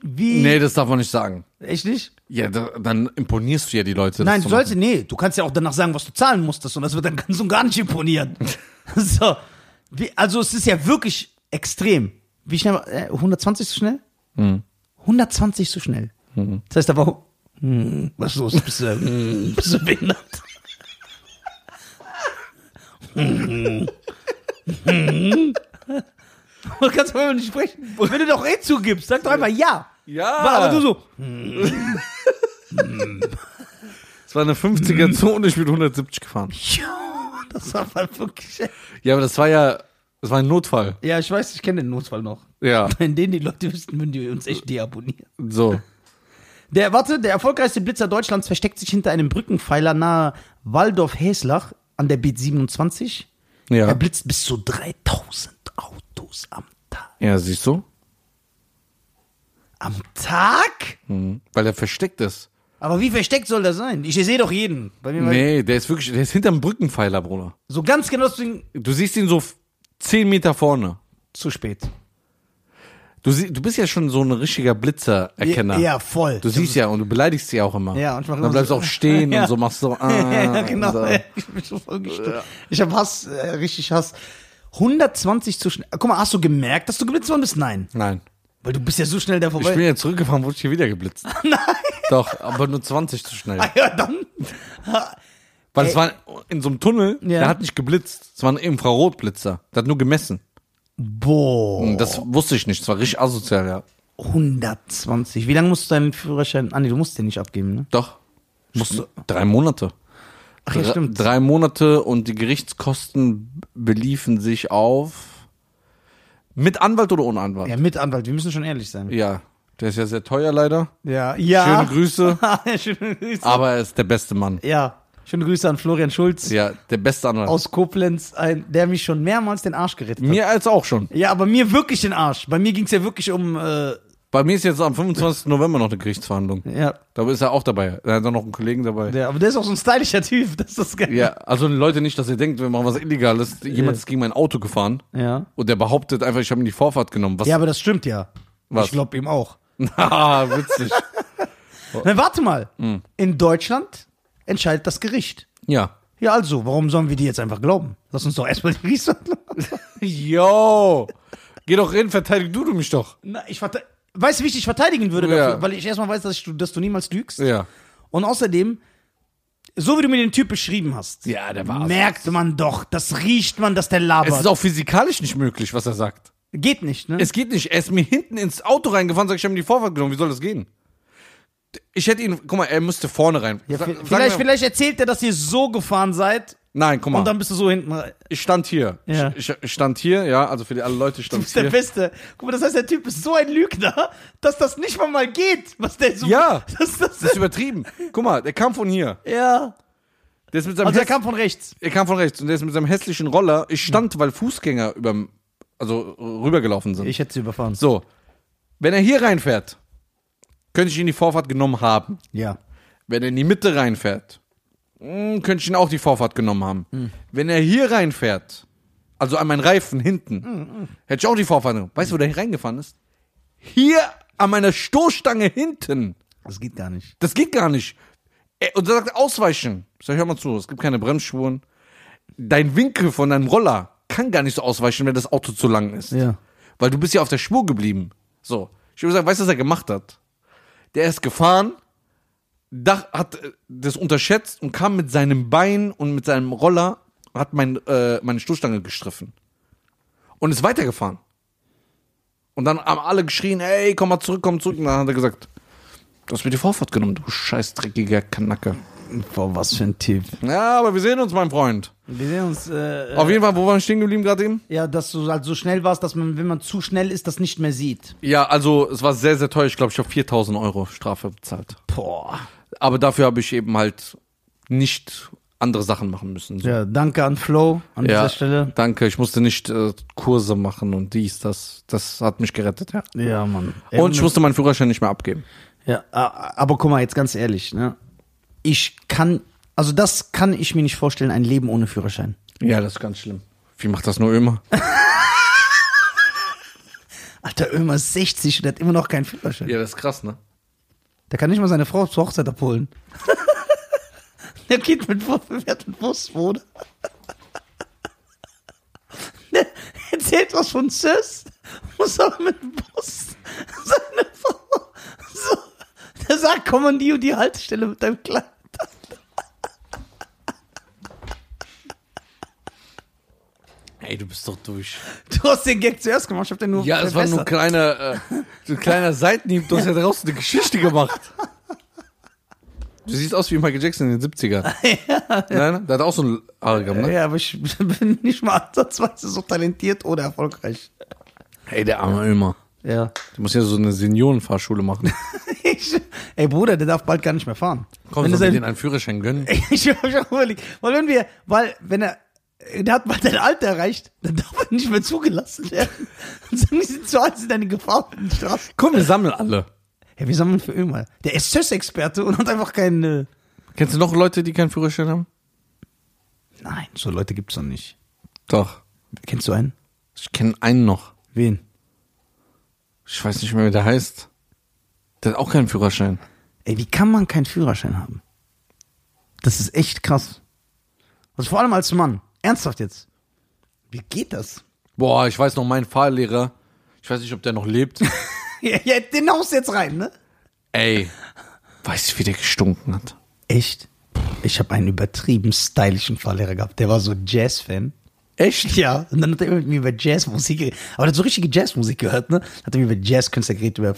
S1: wie,
S2: Nee, das darf man nicht sagen.
S1: echt nicht?
S2: Ja, da, dann imponierst du ja die Leute. das
S1: Nein, du
S2: zu
S1: sollst, nee, du kannst ja auch danach sagen, was du zahlen musstest und das wird dann ganz und gar nicht imponieren. so, wie, also es ist ja wirklich extrem. Wie schnell, war- äh, 120 so schnell? 120 so schnell. Das heißt aber, hm, was ist los, bist du, hm, bist du behindert? Hm. Hm. Du kannst aber nicht sprechen. Wenn du doch eh zugibst, sag doch einfach ja.
S2: Ja.
S1: Aber du so,
S2: Es war eine 50er-Zone, ich bin 170 gefahren.
S1: das war mal wirklich.
S2: Ja, aber das war ja, das war ein Notfall.
S1: Ja, ich weiß, ich kenne den Notfall noch.
S2: Ja,
S1: Wenn den die Leute wüssten, würden die uns echt deabonnieren.
S2: so.
S1: Der, warte, der erfolgreichste Blitzer Deutschlands versteckt sich hinter einem Brückenpfeiler nahe Waldorf-Häslach an der Beat 27.
S2: Ja.
S1: Er blitzt bis zu 3000 Autos am Tag.
S2: Ja, siehst du?
S1: Am Tag?
S2: Mhm. Weil er versteckt ist.
S1: Aber wie versteckt soll das sein? Ich sehe doch jeden. Bei mir war-
S2: Nee, der ist wirklich, der ist hinterm Brückenpfeiler, Bruder.
S1: So ganz genau deswegen
S2: Du siehst ihn so f- 10 Meter vorne.
S1: zu spät.
S2: Du, sie, du bist ja schon so ein richtiger Blitzererkenner.
S1: Ja, voll.
S2: Du siehst ja und du beleidigst sie auch immer.
S1: Ja, und ich mach
S2: Dann
S1: immer
S2: bleibst
S1: so-
S2: auch stehen
S1: Ja.
S2: und so machst so. Ah,
S1: ja, genau.
S2: So.
S1: Ich bin schon voll gestört. Ich habe Hass, äh, richtig Hass. 120 zu schnell. Guck mal, hast du gemerkt, dass du geblitzt worden bist? Nein.
S2: Nein.
S1: Weil du bist ja so schnell da
S2: Ich bin
S1: vorbei.
S2: ja zurückgefahren, wurde ich hier wieder geblitzt.
S1: Nein.
S2: Doch, aber nur 20 zu schnell.
S1: Ah, ja, dann.
S2: Weil es war in so einem Tunnel,
S1: Ja.
S2: der hat nicht geblitzt. Es war ein Infrarotblitzer. Der hat nur gemessen.
S1: Boah.
S2: Und das wusste ich nicht. Es war richtig asozial, ja.
S1: 120. Wie lange musst du deinen Führerschein. Ah, nee, du musst den nicht abgeben, ne?
S2: Doch. Musst du, drei Monate.
S1: Ach, ja,
S2: Dre-
S1: stimmt.
S2: Drei Monate und die Gerichtskosten beliefen sich auf. Mit Anwalt oder ohne Anwalt?
S1: Ja, mit Anwalt, wir müssen schon ehrlich sein.
S2: Ja. Der ist ja sehr teuer leider.
S1: Ja, ja.
S2: Schöne Ah. Grüße.
S1: Grüße. Schöne Grüße.
S2: Aber er ist der beste Mann.
S1: Ja. Schöne Grüße an Florian Schulz
S2: Ja, der beste Anwalt.
S1: aus Koblenz, ein, der mich schon mehrmals den Arsch gerettet hat.
S2: mir als auch schon.
S1: Ja, aber mir wirklich den Arsch. Bei mir ging's ja wirklich um. Äh,
S2: Bei mir ist jetzt am 25. November noch eine Gerichtsverhandlung.
S1: ja,
S2: Da ist er auch dabei. Da hat er noch einen Kollegen dabei.
S1: Ja, aber der ist auch so ein stylischer Typ, das ist das geil.
S2: Ja, also Leute nicht, dass ihr denkt, wir machen was Illegales. Jemand ist gegen mein Auto gefahren
S1: Ja.
S2: und der behauptet einfach, ich habe ihm die Vorfahrt genommen. Was?
S1: Ja, aber das stimmt ja.
S2: Was?
S1: Ich glaube ihm auch.
S2: Na, Ah, witzig. Oh.
S1: Na, warte mal.
S2: Hm.
S1: In Deutschland entscheidet das Gericht.
S2: Ja.
S1: Ja, also, warum sollen wir die jetzt einfach glauben? Lass uns doch erstmal die Riesverhandlung.
S2: Yo! Geh doch hin, verteidig du, du mich doch.
S1: Na, ich warte. Weißt du, wie ich dich verteidigen würde
S2: Ja.
S1: dafür? Weil ich erstmal weiß, dass, ich, dass du niemals lügst.
S2: Ja.
S1: Und außerdem, so wie du mir den Typ beschrieben hast,
S2: Ja, der war's.
S1: merkt man doch, das riecht man, dass der
S2: Es
S1: labert.
S2: ist auch physikalisch nicht möglich, was er sagt.
S1: Geht nicht, ne?
S2: Es geht nicht. Er ist mir hinten ins Auto reingefahren, sag ich, ich habe ihm die Vorfahrt genommen. Wie soll das gehen? Ich hätte ihn, guck mal, er müsste vorne rein.
S1: ja,
S2: Sag-
S1: vi-
S2: sag
S1: vielleicht,
S2: mir-
S1: vielleicht erzählt er, dass ihr so gefahren seid
S2: Nein, guck
S1: und
S2: mal.
S1: dann bist du so hinten. rein.
S2: Ich stand hier.
S1: Ja.
S2: Ich, ich stand hier, ja, also für die alle Leute ich
S1: Du
S2: stand
S1: bist der
S2: hier.
S1: Beste. Guck mal, das heißt, der Typ ist so ein Lügner, dass das nicht mal mal geht, was der so.
S2: Ja.
S1: Das, das,
S2: Das ist übertrieben. Guck mal, der kam von hier.
S1: ja.
S2: Der ist mit seinem
S1: Also er
S2: Häss-
S1: kam von rechts.
S2: er kam von rechts und der ist mit seinem hässlichen Roller. Ich stand, weil Fußgänger überm, also rübergelaufen sind.
S1: Ich hätte sie überfahren.
S2: so. Wenn er hier reinfährt, könnte ich ihn die Vorfahrt genommen haben.
S1: Ja.
S2: Wenn er in die Mitte reinfährt, mh, könnte ich ihn auch die Vorfahrt genommen haben. Wenn er hier reinfährt, also an meinen Reifen hinten, hätte ich auch die Vorfahrt genommen. Weißt du, wo der hier reingefahren ist? Hier an meiner Stoßstange hinten.
S1: Das geht gar nicht.
S2: Das geht gar nicht. Er, und er sagt, ausweichen. Ich sag, hör mal zu, es gibt keine Bremsspuren. Dein Winkel von deinem Roller kann gar nicht so ausweichen, wenn das Auto zu lang ist.
S1: Ja.
S2: Weil du bist ja auf der Spur geblieben. So. Ich würde sagen, weißt du, was er gemacht hat? Der ist gefahren, dach, hat äh, das unterschätzt und kam mit seinem Bein und mit seinem Roller, hat mein, äh, meine Stoßstange gestriffen. Und ist weitergefahren. Und dann haben alle geschrien, hey, komm mal zurück, komm zurück. Und dann hat er gesagt, du hast mir die Vorfahrt genommen, du scheiß dreckiger Kanacke.
S1: Boah, was für ein Typ.
S2: Ja, aber wir sehen uns, mein Freund.
S1: Wir sehen uns. Äh,
S2: Auf jeden Fall, wo waren wir stehen geblieben gerade eben?
S1: ja, dass du halt so schnell warst, dass man, wenn man zu schnell ist, das nicht mehr sieht.
S2: Ja, also es war sehr, sehr teuer. Ich glaube, ich habe 4000 Euro Strafe bezahlt.
S1: Boah.
S2: Aber dafür habe ich eben halt nicht andere Sachen machen müssen. So.
S1: Ja, danke an Flo an
S2: Ja,
S1: dieser Stelle.
S2: danke. Ich musste nicht äh, Kurse machen und dies, das. Das hat mich gerettet, ja.
S1: Ja, Mann.
S2: Und ich musste meinen Führerschein nicht mehr abgeben.
S1: Ja, a- aber guck mal, jetzt ganz ehrlich, ne? Ich kann, also das kann ich mir nicht vorstellen, ein Leben ohne Führerschein.
S2: Ja, das ist ganz schlimm. Wie macht das nur immer?
S1: Alter, Ömer ist 60 und hat immer noch keinen Führerschein.
S2: Ja, das ist krass, ne?
S1: Der kann nicht mal seine Frau zur Hochzeit abholen. Der geht mit, Bus- fährt mit Bus, Bruder. Der erzählt was von Sis, muss aber mit dem Bus seine Frau. So, der sagt, komm an die und die Haltestelle mit deinem Kleid.
S2: Ey, du bist doch durch.
S1: Du hast den Gag zuerst gemacht, ich hab den nur
S2: Ja, es war nur ein
S1: verbessert.
S2: kleiner, äh, so ein kleiner Seitenhieb. Du hast ja draußen eine Geschichte gemacht. Du siehst aus wie Michael Jackson in den 70ern. Nein, der hat auch so einen Haare gehabt, ne?
S1: Ja, aber ich bin nicht mal ansatzweise so talentiert oder erfolgreich.
S2: Ey, der arme Ömer.
S1: Ja.
S2: Du musst ja so eine Seniorenfahrschule machen.
S1: Ich, ey, Bruder, der darf bald gar nicht mehr fahren.
S2: Komm,
S1: Wenn du
S2: soll
S1: sein-
S2: wir den einen Führerschein gönnen?
S1: Ich habe schon überlegt, weil wenn wir, weil wenn er, der hat mal dein Alter erreicht, dann darf er nicht mehr zugelassen werden. Und sagen, die sind zu alt, sind eine Gefahr für den Straßen.
S2: Komm, wir sammeln alle.
S1: Ja, wir sammeln für immer. Der ist CES-Experte und hat einfach keinen, äh,
S2: Kennst du noch Leute, die keinen Führerschein haben?
S1: nein, so Leute gibt's doch nicht.
S2: Doch.
S1: Kennst du einen?
S2: Ich kenne einen noch.
S1: Wen?
S2: Ich weiß nicht mehr, wie der heißt. Der hat auch keinen Führerschein.
S1: Ey, wie kann man keinen Führerschein haben? Das ist echt krass. Also vor allem als Mann. Ernsthaft jetzt. Wie geht das?
S2: Boah, ich weiß noch, mein Fahrlehrer, ich weiß nicht, ob der noch lebt.
S1: Ja, ja den haust du jetzt rein, ne?
S2: Ey, weißt du, wie der gestunken hat?
S1: Echt? Ich habe einen übertrieben stylischen Fahrlehrer gehabt. Der war so Jazz-Fan. Echt? Ja. Und dann hat er immer mit mir über Jazzmusik geredet. Aber der hat so richtige Jazzmusik gehört, ne? Hat er mir über Jazzkünstler geredet, über,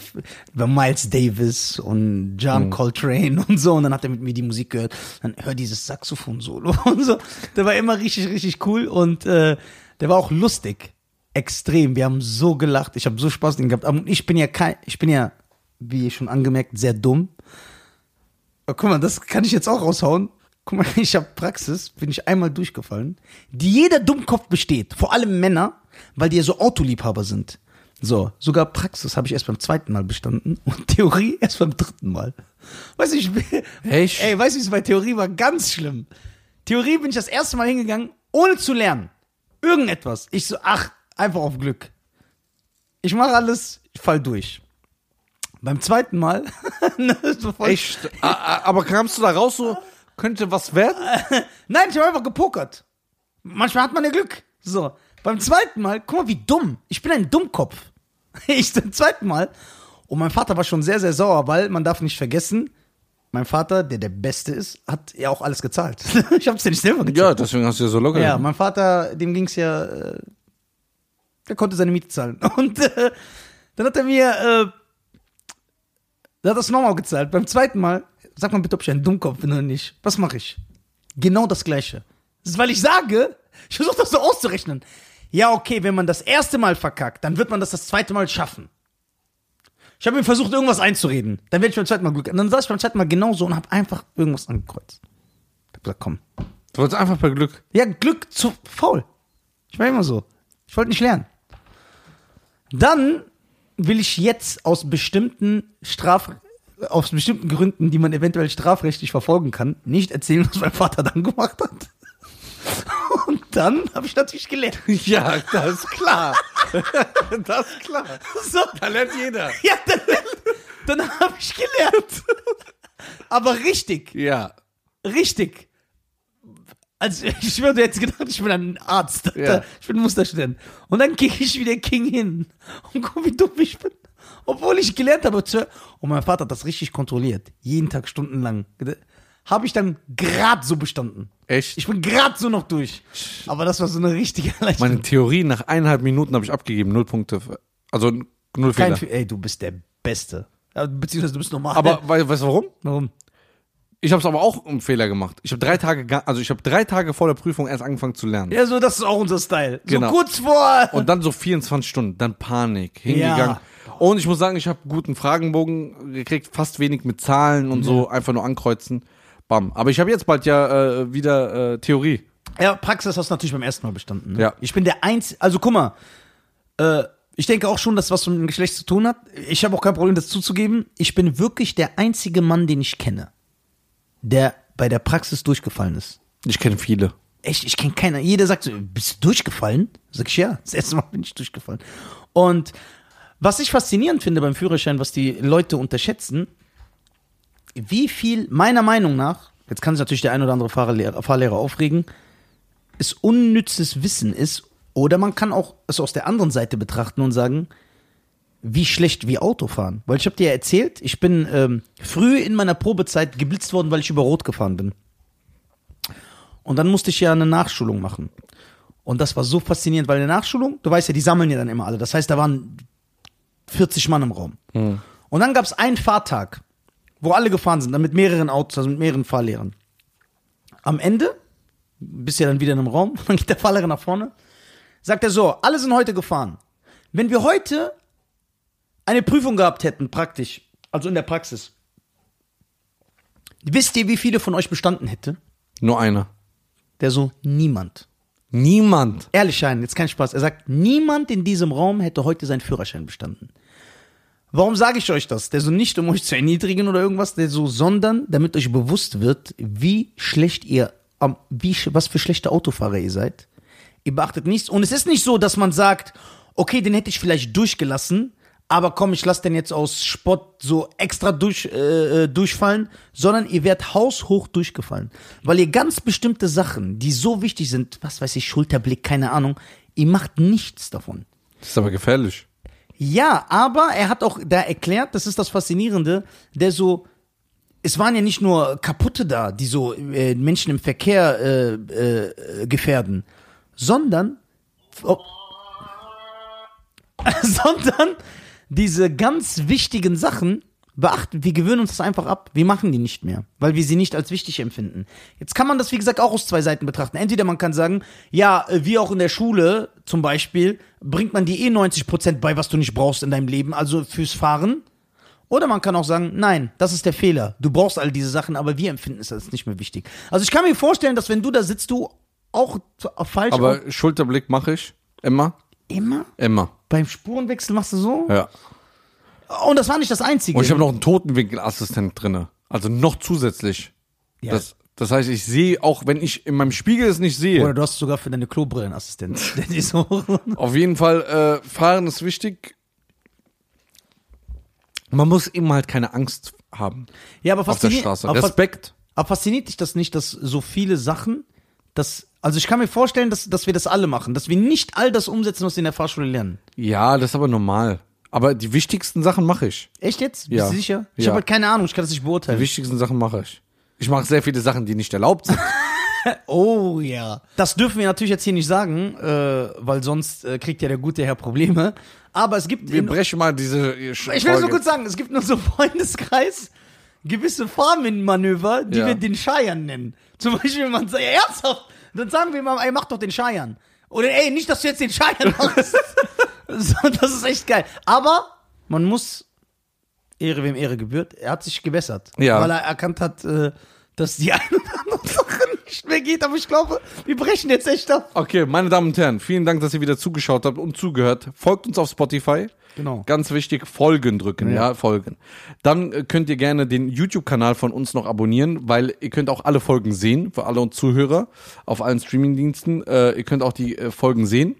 S1: über Miles Davis und John Coltrane und so. Und dann hat er mit mir die Musik gehört. Dann hör dieses Saxophon-Solo und so. Der war immer richtig, richtig cool und äh, der war auch lustig. Extrem. Wir haben so gelacht. Ich habe so Spaß mit ihm gehabt. Und ich bin ja kein, ich bin ja, wie schon angemerkt, sehr dumm. Oh, guck mal, das kann ich jetzt auch raushauen. Guck mal, ich habe Praxis, bin ich einmal durchgefallen, die jeder Dummkopf besteht, vor allem Männer, weil die ja so Autoliebhaber sind. So, sogar Praxis habe ich erst beim zweiten Mal bestanden und Theorie erst beim dritten Mal. Weiß ich,
S2: Echt?
S1: ey, weißt du, wie es bei Theorie war? Ganz schlimm. Theorie bin ich das erste Mal hingegangen, ohne zu lernen. Irgendetwas. Ich so, ach, einfach auf Glück. Ich mache alles, ich fall durch. Beim zweiten Mal, ne, so voll-
S2: Echt? A- a- Aber kamst du da raus so, könnte was werden?
S1: Nein, ich habe einfach gepokert. Manchmal hat man ja Glück. So, beim zweiten Mal, guck mal, wie dumm. Ich bin ein Dummkopf. Ich zum zweiten Mal Und mein Vater war schon sehr, sehr sauer, weil man darf nicht vergessen, mein Vater, der der Beste ist, hat ja auch alles gezahlt. ich hab's ja nicht selber gezahlt.
S2: Ja, deswegen hast du ja so locker.
S1: Ja, mein Vater, dem ging's ja, äh, der konnte seine Miete zahlen. Und äh, dann hat er mir, äh, dann hat er es nochmal gezahlt. Beim zweiten Mal, sag mal bitte, ob ich ein Dummkopf bin oder nicht. Was mache ich? Genau das Gleiche. Das ist, weil ich sage, ich versuche das so auszurechnen. Ja, okay, wenn man das erste Mal verkackt, dann wird man das das zweite Mal schaffen. Ich habe ihm versucht, irgendwas einzureden. Dann werde ich beim zweiten Mal Glück. Und dann saß ich beim zweiten Mal genauso und habe einfach irgendwas angekreuzt. Ich habe gesagt, komm,
S2: Du wolltest einfach per Glück.
S1: ja, Glück zu faul. Ich war immer so. Ich wollte nicht lernen. Dann will ich jetzt aus bestimmten Straf aus bestimmten Gründen, die man eventuell strafrechtlich verfolgen kann, nicht erzählen, was mein Vater dann gemacht hat. Und dann habe ich natürlich gelernt.
S2: Ja, das ist klar. das ist klar.
S1: So,
S2: Da lernt jeder.
S1: ja, dann, dann habe ich gelernt. Aber richtig.
S2: Ja.
S1: Richtig. Also ich würde jetzt gedacht, ich bin ein Arzt.
S2: Ja.
S1: Ich bin Musterstudent. Und dann gehe ich wieder King hin. Und guck, wie dumm ich bin. Obwohl ich gelernt habe. zu- Und mein Vater hat das richtig kontrolliert. Jeden Tag stundenlang. Habe ich dann gerade so bestanden.
S2: Echt?
S1: Ich bin gerade so noch durch. Aber das war so eine richtige Erleichterung.
S2: Meine Theorie nach eineinhalb Minuten habe ich abgegeben. Null Punkte. für- Also
S1: Kein
S2: null Fehler.
S1: Fe- Ey, du bist der Beste. Ja, Beziehungsweise du bist normal.
S2: Aber wei- weißt du warum?
S1: warum?
S2: Ich habe es aber auch einen Fehler gemacht. Ich habe drei Tage, ga- also ich habe drei Tage vor der Prüfung erst angefangen zu lernen.
S1: Ja, so, das ist auch unser Style.
S2: Genau.
S1: So kurz vor.
S2: Und dann so 24 Stunden, dann Panik, hingegangen. Und ich muss sagen, ich habe guten Fragenbogen gekriegt, fast wenig mit Zahlen und so, einfach nur ankreuzen. Bam. Aber ich habe jetzt bald ja äh, wieder äh, Theorie.
S1: Ja, Praxis hast du natürlich beim ersten Mal bestanden. Ne?
S2: Ja.
S1: Ich bin der Einzige, also guck mal, äh, ich denke auch schon, dass was mit dem Geschlecht zu tun hat. Ich habe auch kein Problem, das zuzugeben. Ich bin wirklich der einzige Mann, den ich kenne, der bei der Praxis durchgefallen ist.
S2: Ich kenne viele.
S1: Echt, ich kenne keiner. Jeder sagt so, bist du durchgefallen? Sag ich, ja, das erste Mal bin ich durchgefallen. Und was ich faszinierend finde beim Führerschein, was die Leute unterschätzen, wie viel, meiner Meinung nach, jetzt kann sich natürlich der ein oder andere Fahrlehrer, Fahrlehrer aufregen, es unnützes Wissen ist, oder man kann auch es aus der anderen Seite betrachten und sagen, wie schlecht wir Autofahren. Weil ich habe dir ja erzählt, ich bin ähm, früh in meiner Probezeit geblitzt worden, weil ich über Rot gefahren bin. Und dann musste ich ja eine Nachschulung machen. Und das war so faszinierend, weil eine Nachschulung, du weißt ja, die sammeln ja dann immer alle. Das heißt, da waren 40 Mann im Raum. Und dann gab es einen Fahrtag, wo alle gefahren sind, dann mit mehreren Autos, also mit mehreren Fahrlehrern. Am Ende bist ja dann wieder in einem Raum, dann geht der Fahrlehrer nach vorne, sagt er so, alle sind heute gefahren. Wenn wir heute eine Prüfung gehabt hätten, praktisch, also in der Praxis, wisst ihr, wie viele von euch bestanden hätte?
S2: Nur einer.
S1: Der so, niemand.
S2: Niemand.
S1: Ehrlich Schein, jetzt kein Spaß. Er sagt, niemand in diesem Raum hätte heute seinen Führerschein bestanden. Warum sage ich euch das? Der so nicht, um euch zu erniedrigen oder irgendwas, der so, sondern damit euch bewusst wird, wie schlecht ihr, am- wie, sch- was für schlechte Autofahrer ihr seid. Ihr beachtet nichts. Und es ist nicht so, dass man sagt, okay, den hätte ich vielleicht durchgelassen, aber komm, ich lasse den jetzt aus Spott so extra durch, äh, äh, durchfallen, sondern ihr werdet haushoch durchgefallen. Weil ihr ganz bestimmte Sachen, die so wichtig sind, was weiß ich, Schulterblick, keine Ahnung, ihr macht nichts davon.
S2: Das ist aber gefährlich.
S1: Ja, aber er hat auch da erklärt, das ist das Faszinierende, der so, es waren ja nicht nur kaputte da, die so äh, Menschen im Verkehr äh, äh, äh, gefährden, sondern, oh, sondern diese ganz wichtigen Sachen beachten, wir gewöhnen uns das einfach ab, wir machen die nicht mehr, weil wir sie nicht als wichtig empfinden. Jetzt kann man das, wie gesagt, auch aus zwei Seiten betrachten. Entweder man kann sagen, ja, äh, wie auch in der Schule zum Beispiel, bringt man dir eh 90% bei, was du nicht brauchst in deinem Leben, also fürs Fahren. Oder man kann auch sagen, nein, das ist der Fehler. Du brauchst all diese Sachen, aber wir empfinden es als nicht mehr wichtig. Also ich kann mir vorstellen, dass wenn du da sitzt, du auch t- falsch auch
S2: Aber Schulterblick mache ich. Immer.
S1: immer
S2: Immer.
S1: beim Spurenwechsel machst du so.
S2: Ja.
S1: Und das war nicht das Einzige.
S2: Und Oh, ich habe noch einen Totenwinkelassistent drinne. Also noch zusätzlich.
S1: Ja.
S2: Das, das heißt, ich sehe auch, wenn ich in meinem Spiegel es nicht sehe,
S1: Oder du hast sogar für deine Klobrillenassistenz. Der die so.
S2: Auf jeden Fall, äh, fahren ist wichtig. Man muss eben halt keine Angst haben
S1: ja, aber
S2: auf der
S1: fasziniert-
S2: Straße.
S1: Aber, fas-
S2: Respekt.
S1: aber fasziniert dich das nicht, dass so viele Sachen, dass, also ich kann mir vorstellen, dass, dass wir das alle machen, dass wir nicht all das umsetzen, was wir in der Fahrschule lernen.
S2: Ja, das ist aber normal. Aber die wichtigsten Sachen mache ich.
S1: Echt jetzt?
S2: Ja.
S1: Bist du sicher? Ich
S2: Ja.
S1: habe halt keine Ahnung, ich kann das nicht
S2: Die
S1: beurteilen.
S2: wichtigsten Sachen mache ich. Ich mache sehr viele Sachen, die nicht erlaubt sind.
S1: Oh ja. Das dürfen wir natürlich jetzt hier nicht sagen, äh, weil sonst äh, kriegt ja der gute Herr Probleme. Aber es gibt.
S2: Wir
S1: In,
S2: brechen mal diese äh,
S1: ich will das nur kurz sagen, es gibt nur so im Freundeskreis gewisse Farmenmanöver, die
S2: Ja.
S1: wir den Scheiern nennen. Zum Beispiel, wenn man sagt, ja, ernsthaft, dann sagen wir mal, ey, mach doch den Scheiern. Oder ey, nicht, dass du jetzt den Scheiern machst. so, das ist echt geil. Aber man muss Ehre wem Ehre gebührt, er hat sich gebessert.
S2: Ja.
S1: Weil er erkannt hat, äh, dass die eine oder andere Sache nicht mehr geht. Aber ich glaube, wir brechen jetzt echt ab.
S2: Okay, meine Damen und Herren, vielen Dank, dass ihr wieder zugeschaut habt und zugehört. Folgt uns auf Spotify.
S1: Genau.
S2: Ganz wichtig, Folgen drücken, ja, Folgen. Dann äh, könnt ihr gerne den YouTube-Kanal von uns noch abonnieren, weil ihr könnt auch alle Folgen sehen, für alle uns Zuhörer auf allen Streamingdiensten. Äh, ihr könnt auch die äh, Folgen sehen.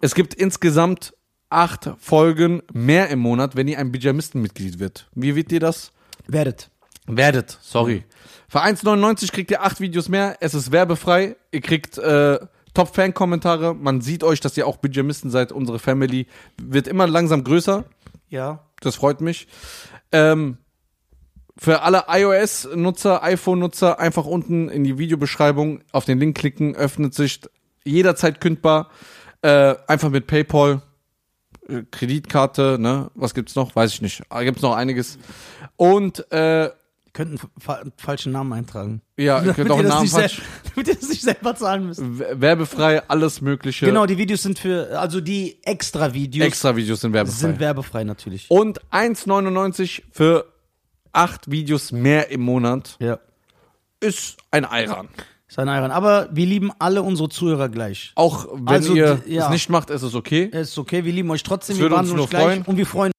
S2: Es gibt insgesamt acht Folgen mehr im Monat, wenn ihr ein Bijamisten-Mitglied wird. Wie wird ihr das?
S1: Werdet.
S2: Werdet, sorry. Für 1,99 kriegt ihr acht Videos mehr. Es ist werbefrei. Ihr kriegt äh, Top-Fan-Kommentare. Man sieht euch, dass ihr auch Bijamisten seid. Unsere Family wird immer langsam größer.
S1: Ja.
S2: Das freut mich. Ähm, für alle iOS-Nutzer, iPhone-Nutzer, einfach unten in die Videobeschreibung auf den Link klicken. Öffnet sich jederzeit kündbar. Äh, einfach mit PayPal, äh, Kreditkarte, ne? Was gibt's noch? Weiß ich nicht. Ah, Gibt's noch einiges. Und äh,
S1: Wir könnten fa falschen Namen eintragen.
S2: ja, ihr könnt auch
S1: ihr
S2: einen
S1: das
S2: Namen
S1: nicht
S2: falsch,
S1: sel- damit ihr das nicht selber zahlen müsst.
S2: w- werbefrei, alles mögliche.
S1: Genau, die Videos sind für, also die extra Videos
S2: Extra Videos sind werbefrei.
S1: sind werbefrei natürlich.
S2: Und 1,99 für acht Videos mehr im Monat
S1: Ja.
S2: ist ein Eiran.
S1: Ist ein Iron. Aber wir lieben alle unsere Zuhörer gleich.
S2: Auch wenn
S1: Also,
S2: ihr
S1: d- ja.
S2: es nicht macht, ist es okay.
S1: Ist okay, wir lieben euch trotzdem,
S2: Es
S1: wir
S2: würde
S1: waren
S2: uns nur
S1: gleich
S2: freuen.
S1: und wir freuen